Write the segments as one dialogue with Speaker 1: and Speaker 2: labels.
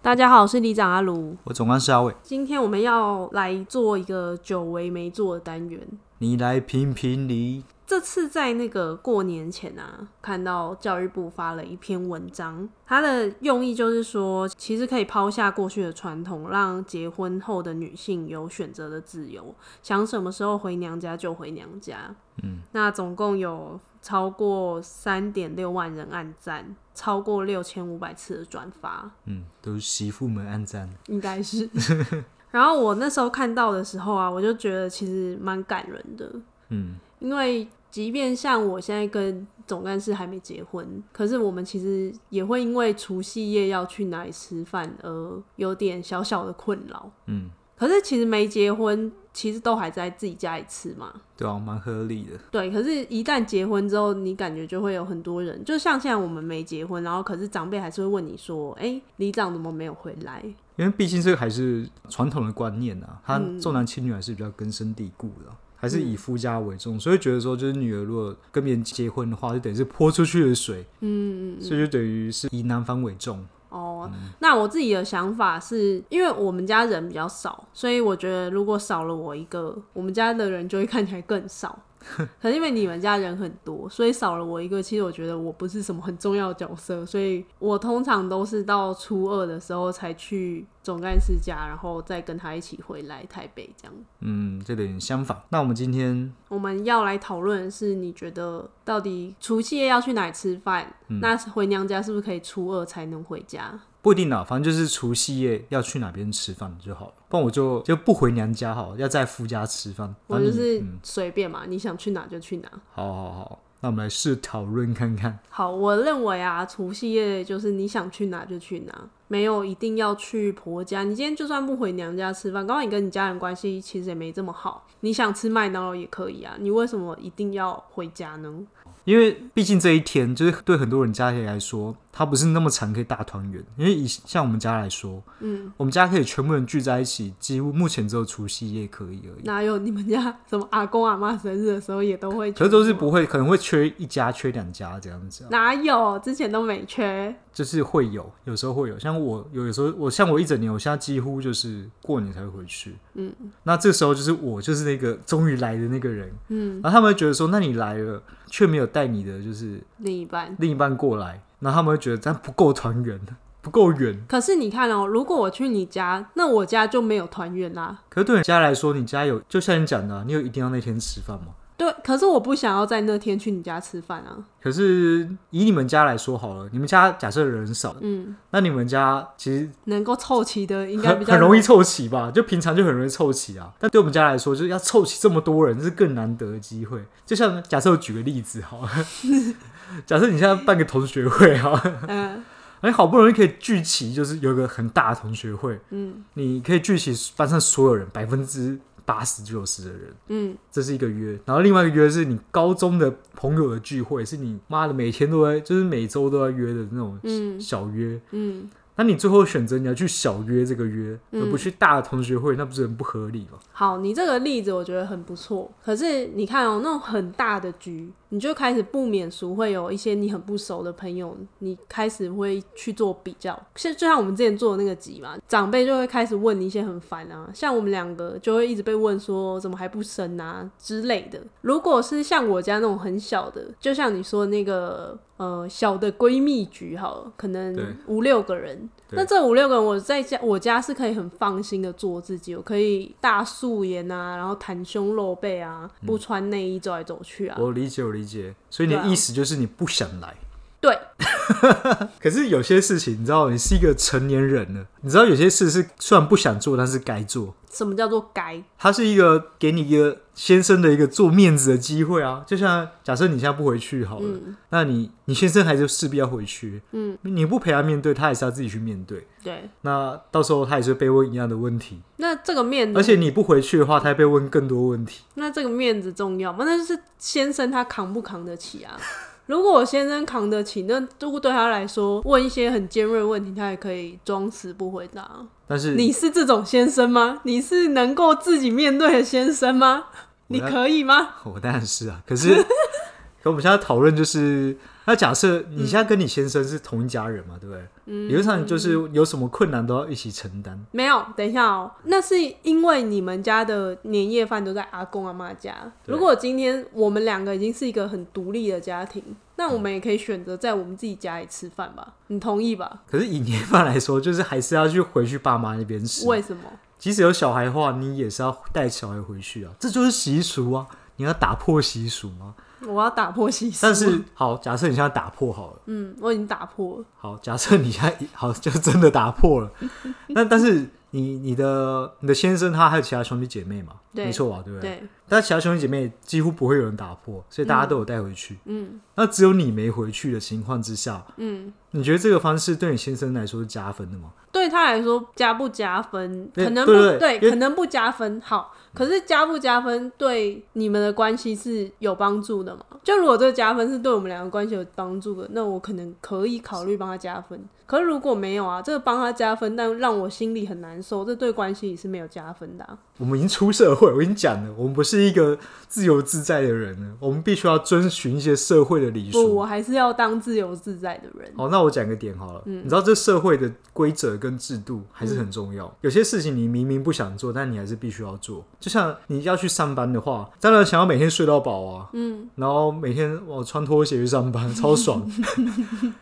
Speaker 1: 大家好，我是里长阿卢。
Speaker 2: 我总干事阿伟，
Speaker 1: 今天我们要来做一个久违没做的单元。
Speaker 2: 你来评评理。
Speaker 1: 这次在那个过年前啊，看到教育部发了一篇文章，它的用意就是说，其实可以抛下过去的传统，让结婚后的女性有选择的自由，想什么时候回娘家就回娘家。嗯，那总共有超过三点六万人按赞，超过六千五百次的转发。
Speaker 2: 嗯，都是媳妇们暗赞。
Speaker 1: 应该是。 然后我那时候看到的时候啊，我就觉得其实蛮感人的，
Speaker 2: 嗯，
Speaker 1: 因为即便像我现在跟总干事还没结婚，可是我们其实也会因为除夕夜要去哪里吃饭而有点小小的困扰。
Speaker 2: 嗯，
Speaker 1: 可是其实没结婚，其实都还在自己家里吃嘛。
Speaker 2: 对啊，蛮合理的。
Speaker 1: 对，可是，一旦结婚之后，你感觉就会有很多人，就像现在我们没结婚，然后可是长辈还是会问你说：“哎、里长怎么没有回来？”
Speaker 2: 因为毕竟这个还是传统的观念啊，他重男轻女还是比较根深蒂固的啊，还是以夫家为重，所以觉得说，就是女儿如果跟别人结婚的话，就等于是泼出去的水，嗯嗯，所以就等于是以男方为重。
Speaker 1: 哦，那我自己的想法是，因为我们家人比较少，所以我觉得如果少了我一个，我们家的人就会看起来更少。可是因为你们家人很多，所以少了我一个，其实我觉得我不是什么很重要的角色，所以我通常都是到初二的时候才去总干事家，然后再跟他一起回来台北这样。
Speaker 2: 嗯，这点相反。那我们今天
Speaker 1: 我们要来讨论的是，你觉得到底除夕夜要去哪里吃饭？那回娘家是不是可以初二才能回家？
Speaker 2: 不一定啦，反正就是除夕夜要去哪边吃饭就好了，不然我就就不回娘家好了，要在夫家吃饭。
Speaker 1: 我
Speaker 2: 反正
Speaker 1: 就
Speaker 2: 啊你嗯
Speaker 1: 是随便嘛，你想去哪就去哪。
Speaker 2: 好好好，那我们来试讨论看看。
Speaker 1: 好，我认为啊，除夕夜就是你想去哪就去哪，没有一定要去婆家。你今天就算不回娘家吃饭，刚好你跟你家人关系其实也没这么好，你想吃麦当劳也可以啊，你为什么一定要回家
Speaker 2: 嗯
Speaker 1: 呢？
Speaker 2: 因为毕竟这一天，就是对很多人家庭来说，它不是那么常可以大团圆。因为以像我们家来说，嗯，我们家可以全部人聚在一起，几乎目前只有除夕夜可以而已。
Speaker 1: 哪有你们家什么阿公阿妈生日的时候也都会去吗？嗯
Speaker 2: 可是都是不会，可能会缺一家、缺两家这样子啊、
Speaker 1: 哪有，之前都没缺。
Speaker 2: 就是会有，有时候会有。像我有有时候，我像我一整年，我现在几乎就是过年才会回去。嗯，那这时候就是我就是那个终于来的那个人。嗯，然后他们会觉得说，那你来了却没有带你的就是
Speaker 1: 另一半。
Speaker 2: 另一半过来，然后他们会觉得这样不够团圆，不够圆。
Speaker 1: 可是你看哦、如果我去你家，那我家就没有团圆啦。
Speaker 2: 可是对你家来说，你家有就像你讲的啊、你有一定要那天吃饭吗？
Speaker 1: 对，可是我不想要在那天去你家吃饭啊。
Speaker 2: 可是以你们家来说好了，你们家假设人少，
Speaker 1: 嗯，
Speaker 2: 那你们家其实
Speaker 1: 能够凑齐的应该比
Speaker 2: 很
Speaker 1: 较
Speaker 2: 很容易凑齐吧？就平常就很容易凑齐啊。但对我们家来说，就是要凑齐这么多人，这是更难得的机会。就像假设我举个例子好了， 假设你现在办个同学会好 了，
Speaker 1: 嗯，
Speaker 2: 你好不容易可以聚齐，就是有一个很大的同学会，嗯，你可以聚齐班上所有人百分之八十九十的人，
Speaker 1: 嗯，
Speaker 2: 这是一个约。然后另外一个约是你高中的朋友的聚会，是你妈的每天都在，就是每周都在约的那种
Speaker 1: 嗯
Speaker 2: 小约。
Speaker 1: 嗯，
Speaker 2: 那你最后选择你要去小约这个约，而不去大的同学会，那不是很不合理吗？
Speaker 1: 好，你这个例子我觉得很不错。可是你看哦、那种很大的局，你就开始不免俗会有一些你很不熟的朋友，你开始会去做比较。像就像我们之前做的那个集嘛，长辈就会开始问你一些很烦啊，像我们两个就会一直被问说怎么还不生啊之类的。如果是像我家那种很小的，就像你说的那个呃小的闺蜜局好了，可
Speaker 2: 对
Speaker 1: 能五六个人，
Speaker 2: 对
Speaker 1: 那这五六个人，我在家我家是可以很放心的做自己，我可以大素颜啊，然后袒胸露背啊，
Speaker 2: 嗯
Speaker 1: 不穿内衣走来走去啊。
Speaker 2: 我理解，我理解。所以你
Speaker 1: 对
Speaker 2: 的
Speaker 1: 啊
Speaker 2: 意思就是你不想来，
Speaker 1: 对，
Speaker 2: 可是有些事情，你知道，你是一个成年人了，你知道有些事是虽然不想做，但是该做。
Speaker 1: 什么叫做该？
Speaker 2: 它是一个给你一个先生的一个做面子的机会啊。就像假设你现在不回去好了，
Speaker 1: 嗯
Speaker 2: 那你你先生还是势必要回去，
Speaker 1: 嗯，
Speaker 2: 你不陪他面对，他还是要自己去面对。
Speaker 1: 对。
Speaker 2: 那到时候他也是被问一样的问题，
Speaker 1: 那这个面
Speaker 2: 而
Speaker 1: 子，
Speaker 2: 且你不回去的话，他还被问更多问题。
Speaker 1: 那这个面子重要吗？那就是先生他扛不扛得起啊？ 如果我先生扛得起，那如果对他来说问一些很尖锐的问题，他也可以装死不回答。啊
Speaker 2: 但是
Speaker 1: 你是这种先生吗？你是能够自己面对的先生吗？
Speaker 2: 我
Speaker 1: 你
Speaker 2: 在
Speaker 1: 可以吗？
Speaker 2: 我当然是啊，可是可我们现在讨论就是，那假设你现在跟你先生是同一家人嘛，对不对？嗯，理论上就是有什么困难都要一起承担。
Speaker 1: 没有，等一下哦，那是因为你们家的年夜饭都在阿公阿妈家。
Speaker 2: 对
Speaker 1: 如果今天我们两个已经是一个很独立的家庭，那我们也可以选择在我们自己家里吃饭吧？你同意吧？
Speaker 2: 可是以年饭来说，就是还是要去回去爸妈那边吃。
Speaker 1: 为什么？
Speaker 2: 即使有小孩的话，你也是要带小孩回去啊，这就是习俗啊。你要打破习俗吗？
Speaker 1: 我要打破习俗。
Speaker 2: 但，是好，假设你现在打破好了，
Speaker 1: 嗯，我已经打破了。
Speaker 2: 好，假设你现在好就真的打 破了，那但是你你的你的先生他还有其他兄弟姐妹嘛？
Speaker 1: 对
Speaker 2: 没错吧？对不对？
Speaker 1: 对，
Speaker 2: 但其他兄弟姐妹几乎不会有人打破，所以大家都有带回去。
Speaker 1: 嗯
Speaker 2: 那只有你没回去的情况之下，
Speaker 1: 嗯，
Speaker 2: 你觉得这个方式对你先生来说是加分的吗？
Speaker 1: 对他来说加不加分，
Speaker 2: 对
Speaker 1: 可能不
Speaker 2: 对对因为
Speaker 1: 可能不加分。好，可是加不加分对你们的关系是有帮助的嘛？就如果这个加分是对我们两个关系有帮助的，那我可能可以考虑帮他加分。可是如果没有啊，这个帮他加分，但让我心里很难受，这对关系也是没有加分的、啊。
Speaker 2: 我们已经出社会，我已经讲了，我们不是一个自由自在的人了，我们必须要遵循一些社会的礼
Speaker 1: 不，
Speaker 2: 俗
Speaker 1: 我。还是要当自由自在的人。
Speaker 2: 好，那我讲个点好
Speaker 1: 嗯
Speaker 2: 了，你知道这社会的规则跟制度还是很重
Speaker 1: 嗯
Speaker 2: 要。有些事情你明明不想做，但你还是必须要做。就像你要去上班的话，当然想要每天睡到饱啊，嗯，然后每天我穿拖鞋去 上班，超爽。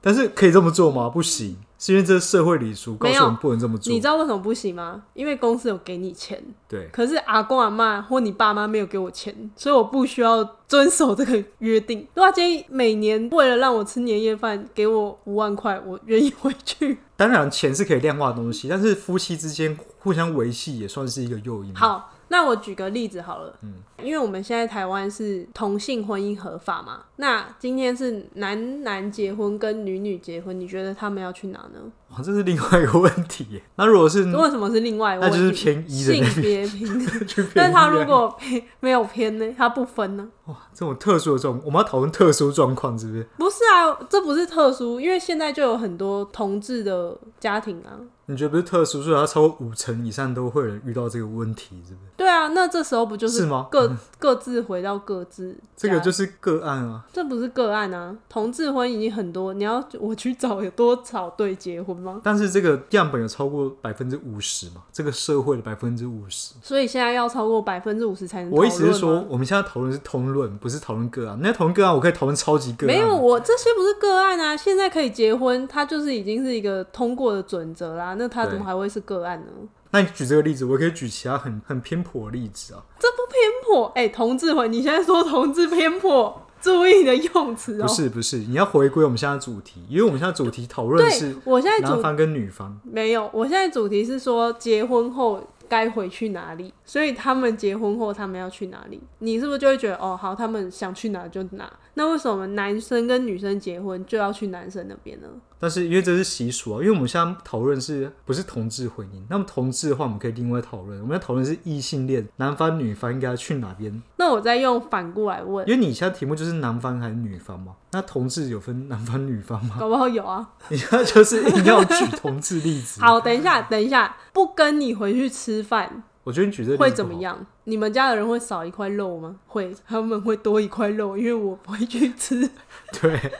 Speaker 2: 但是可以这么做吗？不行，是因为这社会礼俗告
Speaker 1: 没
Speaker 2: 诉
Speaker 1: 有
Speaker 2: 我们不能这么做
Speaker 1: 你。知道为什么不行吗？因为公司有给你钱，
Speaker 2: 对，
Speaker 1: 可是阿公阿妈或你爸妈没有给我钱，所以我不需要遵守这个约定。 如果他今天每年为了让我吃年夜饭给我五万块，我愿意回去。
Speaker 2: 当然钱是可以量化的东西，但是夫妻之间互相维系也算是一个诱因。，
Speaker 1: 好，那我举个例子好了，
Speaker 2: 嗯
Speaker 1: 因为我们现在台湾是同性婚姻合法嘛，那今天是男男结婚跟女女结婚，你觉得他们要去哪呢？
Speaker 2: 哇，这是另外一个问题耶。 那如果是
Speaker 1: 为什么是另外一个
Speaker 2: 嗯那
Speaker 1: 问
Speaker 2: 就
Speaker 1: 题？
Speaker 2: 是偏一的那
Speaker 1: 性别平等，
Speaker 2: 去便
Speaker 1: 但
Speaker 2: 宜
Speaker 1: 他
Speaker 2: 了
Speaker 1: 如果偏没有偏呢？他不分呢？
Speaker 2: 哇，这种特殊的状，我们要讨论特殊状况，是不是？
Speaker 1: 不是啊，这不是特殊，因为现在就有很多同志的家庭啊。
Speaker 2: 你觉得不是特殊，所以它超过五成以上都会有人遇到这个问题，是不是？
Speaker 1: 对啊，那这时候不就是
Speaker 2: 吗
Speaker 1: 各各自回到各自家？
Speaker 2: 这个就是个案啊，
Speaker 1: 这不是个案啊，同志婚已经很多，你要我去找有多少对结婚吗？
Speaker 2: 但是这个样本有超过百分之五十嘛？这个社会的百分之五十。
Speaker 1: 所以现在要超过百分之五十才能。
Speaker 2: 我意思是说，，我们现在讨论是通论，不是讨论个案。那讨论个案，我可以讨论超级个案。
Speaker 1: 没有，我这些不是个案啊。现在可以结婚，它就是已经是一个通过的准则啦。那它
Speaker 2: 对
Speaker 1: 怎么还会是个案呢？
Speaker 2: 那你举这个例子，我可以举其他很很偏颇的例子啊。
Speaker 1: 这不偏颇哎、同志婚，你现在说同志偏颇，注意你的用词哦、
Speaker 2: 不是不是，你要回归我们现在的主题，因为我们现在主题讨论
Speaker 1: 对
Speaker 2: 是，
Speaker 1: 我现在主
Speaker 2: 男方跟女方。
Speaker 1: 没有，我现在主题是说结婚后该回去哪里，所以他们结婚后他们要去哪里，你是不是就会觉得哦，好，他们想去哪就哪？那为什么男生跟女生结婚就要去男生那边呢？
Speaker 2: 但是因为这是习俗啊，因为我们现在讨论是不是同志婚姻？那么同志的话，我们可以另外讨论。我们要讨论是异性恋，男方女方应该去哪边？
Speaker 1: 那我再用反过来问
Speaker 2: 因，为你现在题目就是男方还是女方嘛？那同志有分男方女方吗？
Speaker 1: 搞不好有啊。
Speaker 2: 你现在就是硬要举同志例子。
Speaker 1: 好，等一下，等一下，不跟你回去吃饭
Speaker 2: 我觉得你举这个例子
Speaker 1: 会怎
Speaker 2: 不
Speaker 1: 么
Speaker 2: 好？
Speaker 1: 样？你们家的人会少一块肉吗？会，他们会多一块肉，因为我不会去吃。
Speaker 2: 对。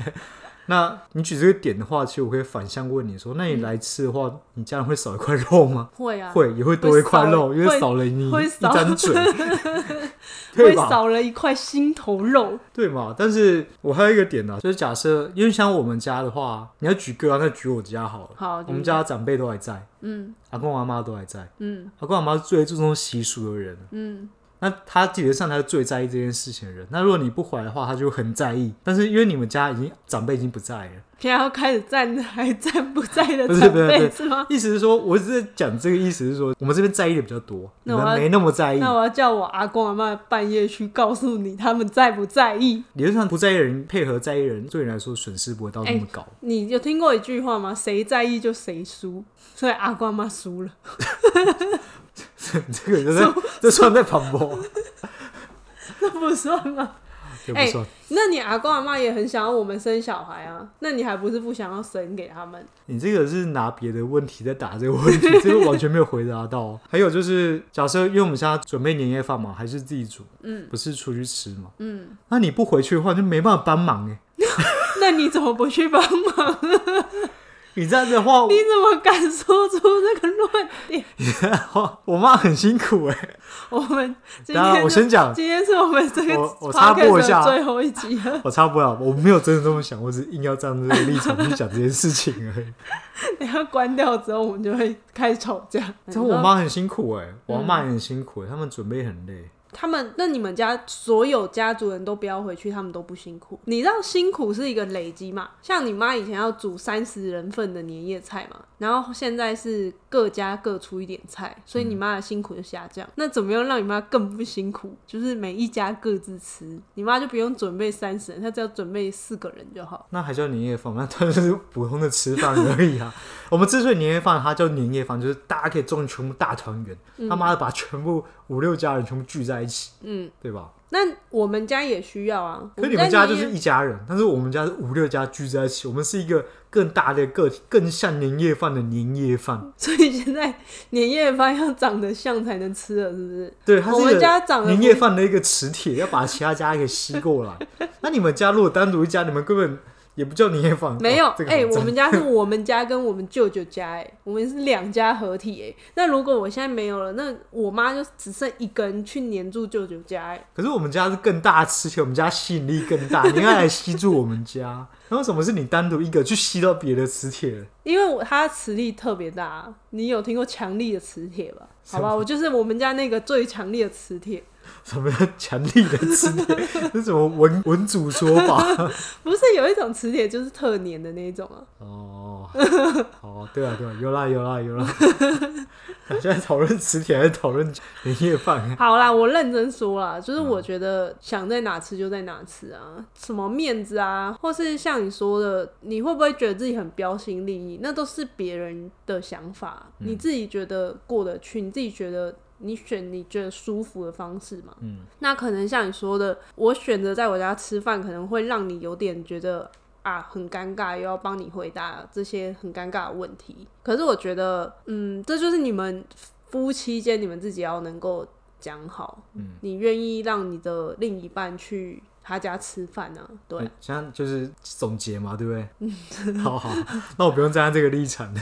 Speaker 2: 那你举这个点的话，其实我可以反向问你说：那你来吃的话，你家人会少一块肉吗？
Speaker 1: 会啊，
Speaker 2: 会，也会多一块肉，
Speaker 1: 会少
Speaker 2: 因为少了你
Speaker 1: 会
Speaker 2: 一
Speaker 1: 少
Speaker 2: 张嘴，
Speaker 1: 会
Speaker 2: 对吧？
Speaker 1: 少了一块心头肉。
Speaker 2: 对嘛？但是我还有一个点呢、啊就是假设，因为像我们家的话，你要举个案，那举我家好了。
Speaker 1: 好，
Speaker 2: 我
Speaker 1: 就
Speaker 2: 们
Speaker 1: 是
Speaker 2: 家长辈都还在，
Speaker 1: 嗯
Speaker 2: 阿公阿妈都还在。
Speaker 1: 嗯
Speaker 2: 阿公阿妈最注重习俗的人，
Speaker 1: 嗯，
Speaker 2: 那他基本上他是最在意这件事情的人。那如果你不怀的话，他就很在意。但是因为你们家已经长辈已经不在了，
Speaker 1: 现在要开始站还站不在的
Speaker 2: 不是
Speaker 1: 长
Speaker 2: 不是
Speaker 1: 辈
Speaker 2: 不
Speaker 1: 是吗？
Speaker 2: 意思是说，我只是讲这个意思是说，我们这边在意的比较多，你
Speaker 1: 那我
Speaker 2: 们
Speaker 1: 要
Speaker 2: 没那么在意。
Speaker 1: 那我要叫我阿公阿妈半夜去告诉你他们在不在意。
Speaker 2: 理论上不在意的人配合在意的人，对你来说损失不会到
Speaker 1: 哎
Speaker 2: 那么高。
Speaker 1: 你有听过一句话吗？谁在意就谁输，所以阿公阿妈输了。
Speaker 2: 这个就是这算在反驳，
Speaker 1: 那不算吗？
Speaker 2: 这
Speaker 1: 哎
Speaker 2: 不算。
Speaker 1: 那你阿公阿妈也很想要我们生小孩啊，那你还不是不想要生给他们？
Speaker 2: 你这个是拿别的问题在打这个问题， 这个完全没有回答到。还有就是，假设因为我们现在准备年夜饭嘛，还是自己煮，嗯，不是出去吃嘛，嗯，那你不回去的话，就没办法帮忙哎、
Speaker 1: 那你怎么不去帮忙？
Speaker 2: 你这样子的话，
Speaker 1: 你怎么敢说出这个论点？
Speaker 2: 我妈很辛苦哎、
Speaker 1: 我们今
Speaker 2: 当然，
Speaker 1: 天
Speaker 2: 我
Speaker 1: 就
Speaker 2: 先讲，
Speaker 1: 今天是我们这个
Speaker 2: 我我插播一
Speaker 1: podcast
Speaker 2: 下
Speaker 1: 的最后一集了。
Speaker 2: 我插不了，我没有真的这么想，我只是硬要站在这个立场去讲这件事情 而
Speaker 1: 嗯
Speaker 2: 已。
Speaker 1: 等一下关掉之后，我们就会开始吵架。
Speaker 2: 但嗯我妈很辛苦
Speaker 1: 嗯
Speaker 2: 哎、我妈也很辛苦、欸，他们准备很累。
Speaker 1: 他们，那你们家所有家族人都不要回去，他们都不辛苦。你知道辛苦是一个累积嘛？像你妈以前要煮三十人份的年夜菜嘛，然后现在是各家各出一点菜，所以你妈的辛苦就下降。那怎么样让你妈更不辛苦？就是每一家各自吃，你妈就不用准备三十人，她只要准备四个人就好。
Speaker 2: 那还叫年夜饭吗？那它就是普通的吃饭而已啊。 我们之所以年夜饭它叫年夜饭，就是大家可以终于全部大团圆，他妈的把全部五六家人全部聚在一起，
Speaker 1: 嗯，
Speaker 2: 对吧？
Speaker 1: 那我们家也需要啊。
Speaker 2: 可是你们家就是
Speaker 1: 年夜
Speaker 2: 一家人，但是我们家是五六家聚在一起，我们是一个更大的个体，更像年夜饭的年夜饭。
Speaker 1: 所以现在年夜饭要长得像才能吃了，是不是？
Speaker 2: 对，它是
Speaker 1: 我
Speaker 2: 一
Speaker 1: 们
Speaker 2: 个
Speaker 1: 家长得
Speaker 2: 年
Speaker 1: 不
Speaker 2: 夜饭的一个磁铁，要把其他家给吸过来。那你们家如果单独一家，你们根本也不叫年夜饭，
Speaker 1: 没有，
Speaker 2: 哦哇这
Speaker 1: 哎、
Speaker 2: 个好
Speaker 1: 我
Speaker 2: 赞
Speaker 1: 们家 是我们家跟我们舅舅家、哎，我们是两家合体、哎，那如果我现在没有了，那我妈就只剩一个人去黏住舅舅家、哎，
Speaker 2: 可是我们家是更大的磁铁，我们家吸引力更大，你 应该来吸住我们家。然后什么是你单独一个去吸到别的磁铁了？
Speaker 1: 因为我她磁力特别大、你有听过强力的磁铁吧？好吧，我就是我们家那个最强力的磁铁，
Speaker 2: 什么叫强力的磁铁？ 这是什么文文主说法？
Speaker 1: 不是有一种磁铁就是特黏的那一种啊，
Speaker 2: 哦，哦，对啊，对啊，有啦，有啦，有啦。 现在讨论磁铁还是讨论年夜饭？
Speaker 1: 好啦，我认真说啦，就是我觉得想在哪吃就在哪吃啊，什么面子啊，或是像你说的，你会不会觉得自己很标新立异？那都是别人的想法，你自己觉得过得去，你自己觉得。你选你觉得舒服的方式嘛？
Speaker 2: 嗯，
Speaker 1: 那可能像你说的，我选择在我家吃饭，可能会让你有点觉得啊很尴尬，又要帮你回答这些很尴尬的问题。可是我觉得，嗯，这就是你们夫妻间你们自己要能够讲好，
Speaker 2: 嗯，
Speaker 1: 你愿意让你的另一半去他家吃饭啊，对，
Speaker 2: 嗯现在就是总结嘛，对不对？ 好好，那我不用站在这个立场。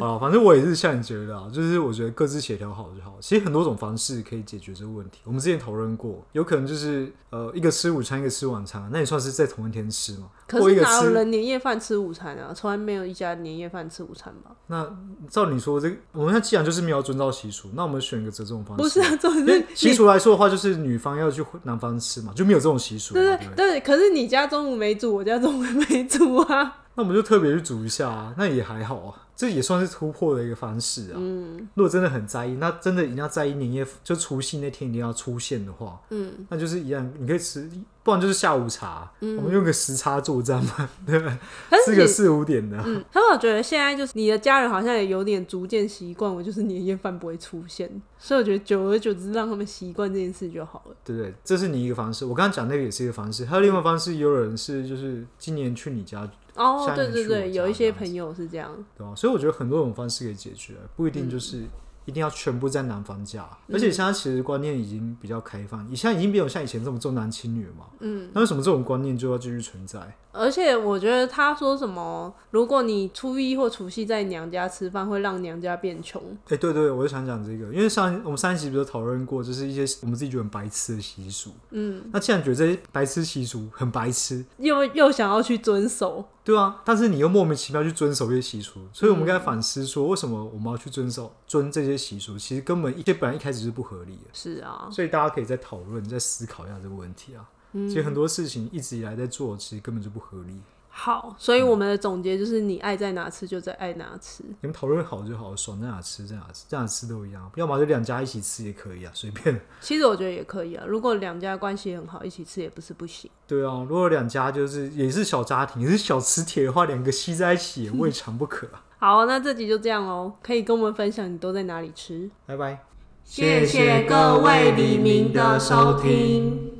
Speaker 2: 好，反正我也是像你觉得啊，就是我觉得各自协调好就好。其实很多种方式可以解决这个问题。我们之前讨论过，有可能就是呃，一个吃午餐，一个吃晚餐，那你算是在同一天吃嘛？
Speaker 1: 可
Speaker 2: 或一
Speaker 1: 是
Speaker 2: 个
Speaker 1: 哪有
Speaker 2: 吃，
Speaker 1: 人年夜饭吃午餐啊？从来没有一家年夜饭吃午餐吧？
Speaker 2: 那照你说这个，我们那既然就是没有遵照习俗，那我们选一个折中方式。
Speaker 1: 不是，啊，重
Speaker 2: 哦因
Speaker 1: 点
Speaker 2: 为
Speaker 1: 是
Speaker 2: 习
Speaker 1: 你。
Speaker 2: 俗来说的话，就是女方要去男方吃嘛，就没有这种习俗嘛，
Speaker 1: 对
Speaker 2: 对
Speaker 1: 对
Speaker 2: 不对？
Speaker 1: 对，可是你家中午没煮，我家中午没煮啊。
Speaker 2: 那我们就特别去煮一下啊，那也还好啊，这也算是突破的一个方式啊。嗯，如果真的很在意，那真的一定要在意年夜，就除夕那天一定要出现的话，嗯，那就是一样，你可以吃，不然就是下午茶，我们用个时差作战 嘛，对吧？
Speaker 1: 但
Speaker 2: 吃
Speaker 1: 是
Speaker 2: 个
Speaker 1: 你
Speaker 2: 四五点的，
Speaker 1: 嗯，可是我觉得现在就是你的家人好像也有点逐渐习惯，我就是年夜饭不会出现，所以我觉得久而久之让他们习惯这件事就好了。
Speaker 2: 对不对？这是你一个方式，我刚刚讲那个也是一个方式，还有另外一个方式，也有人是就是今年去你家，
Speaker 1: 哦，
Speaker 2: 像
Speaker 1: 对
Speaker 2: 你
Speaker 1: 对
Speaker 2: 去我
Speaker 1: 对，
Speaker 2: 家
Speaker 1: 有一
Speaker 2: 这
Speaker 1: 些
Speaker 2: 样子
Speaker 1: 朋友是这样，
Speaker 2: 对吧、所以我觉得很多种方式可以解决，不一定就是。一定要全部在男方家，而且现在其实观念已经比较开放，现在已经没有像以前这么重男轻女了嘛。
Speaker 1: 嗯，
Speaker 2: 那为什么这种观念就要继续存在？哎
Speaker 1: 而且我觉得他说什么，如果你初一或除夕在娘家吃饭，会让娘家变穷。
Speaker 2: 哎、对对，我就想讲这个，因为上我们上一集不是讨论过，就是一些我们自己觉得很白痴的习俗。
Speaker 1: 嗯，
Speaker 2: 那既然觉得这些白痴习俗很白痴，
Speaker 1: 又又想要去遵守，
Speaker 2: 对啊，但是你又莫名其妙去遵守这些习俗，所以我们该反思说，为什么我们要去遵守遵这些习俗？其实根本一些本来一开始是不合理的，
Speaker 1: 是啊，
Speaker 2: 所以大家可以再讨论、再思考一下这个问题啊。
Speaker 1: 嗯
Speaker 2: 其实很多事情一直以来在做，其实根本就不合理。
Speaker 1: 好，所以我们的总结就是，你爱在哪吃就在爱哪吃。
Speaker 2: 你们讨论好就好，爽在哪吃在哪吃，在哪吃都一样，要么就两家一起吃也可以啊，随便。
Speaker 1: 其实我觉得也可以啊，如果两家关系很好，一起吃也不是不行。
Speaker 2: 对啊，如果两家就是也是小家庭，也是小磁铁的话，两个吸在 一起也未尝不可啊。
Speaker 1: 好，那这集就这样喽，可以跟我们分享你都在哪里吃。
Speaker 2: 拜拜。
Speaker 1: 谢谢各位黎明的收听。